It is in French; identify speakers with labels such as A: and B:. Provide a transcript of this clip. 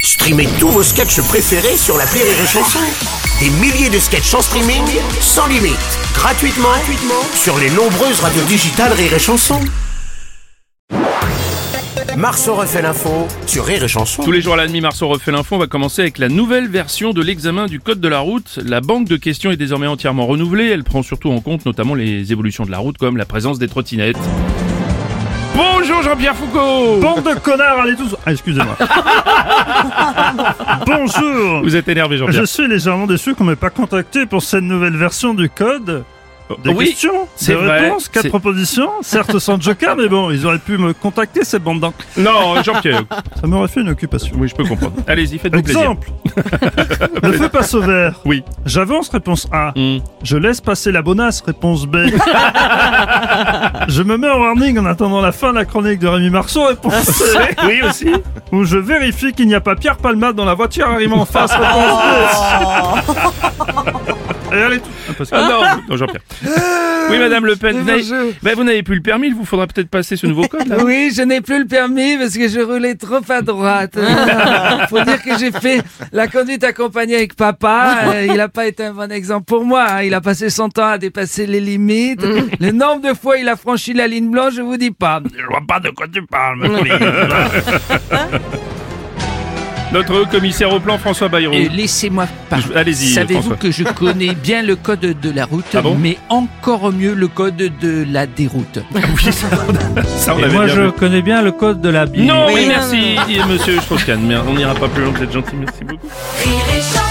A: Streamez tous vos sketchs préférés sur la Rire et Chanson. Des milliers de sketchs en streaming, sans limite, gratuitement, gratuitement sur les nombreuses radios digitales Rire et Chanson. Marceau refait l'info sur Rire et Chanson.
B: Tous les jours à la demi, Marceau refait l'info. On va commencer avec la nouvelle version de l'examen du code de la route. La banque de questions est désormais entièrement renouvelée. Elle prend surtout en compte notamment les évolutions de la route, comme la présence des trottinettes. Bonjour Jean-Pierre Foucault
C: Bande de connards, allez tous Ah, excusez-moi. Bonjour
B: Vous êtes énervé
C: Je
B: Jean-Pierre.
C: suis légèrement déçu qu'on m'ait pas contacté pour cette nouvelle version du code. Des
B: Oui,
C: questions,
B: c'est
C: des
B: vrai,
C: réponses, quatre
B: c'est-
C: propositions, certes sans joker, mais bon, ils auraient pu me contacter, ces bandes d'en-
B: Non, Jean-Pierre.
C: Ça m'aurait fait une occupation.
B: Oui, je peux comprendre. Allez-y, faites-vous plaisir.
C: Exemple Le feu passe au vert.
B: Oui.
C: J'avance, réponse A.
B: Hmm.
C: Je laisse passer la bonasse, réponse B. je me mets en warning en attendant la fin de la chronique de Rémi Marceau, réponse C.
B: Ah, Oui aussi.
C: où je vérifie qu'il n'y a pas Pierre Palma dans la voiture arrivant en face. réponse
B: Oh.
C: D. Et allez, tout. Ah, parce que-
B: Ah non, non Jean-Pierre.
C: Ah,
B: Oui Madame Le Pen, vous n'avez-
D: Bonjour.
B: ben, vous n'avez plus le permis, il vous faudra peut-être passer ce nouveau code là.
D: Oui, je n'ai plus le permis parce que je roulais trop à droite.
B: Ah.
D: Faut dire que j'ai fait la conduite accompagnée avec papa. Euh, Il n'a pas été un bon exemple pour moi. hein. Il a passé son temps à dépasser les limites.
B: Mm.
D: Le nombre de fois il a franchi la ligne blanche, je vous dis pas.
C: Je vois pas de quoi tu parles, ma fille.
B: Notre haut commissaire au plan François Bayrou.
E: Euh, Laissez-moi
B: Je-
E: parler.
B: allez-y, François.
E: Savez-vous que je connais bien le code de la route,
B: Ah bon
E: mais encore mieux le code de la déroute.
B: Ça, on
C: Et
B: l'avait
C: moi,
B: bien
C: je
B: vu.
C: connais bien le code de la bille.
B: Non, oui, merci, monsieur Strauss-Kahn. Mais On n'ira pas plus loin, vous êtes gentil, merci beaucoup.
F: Rire et chanson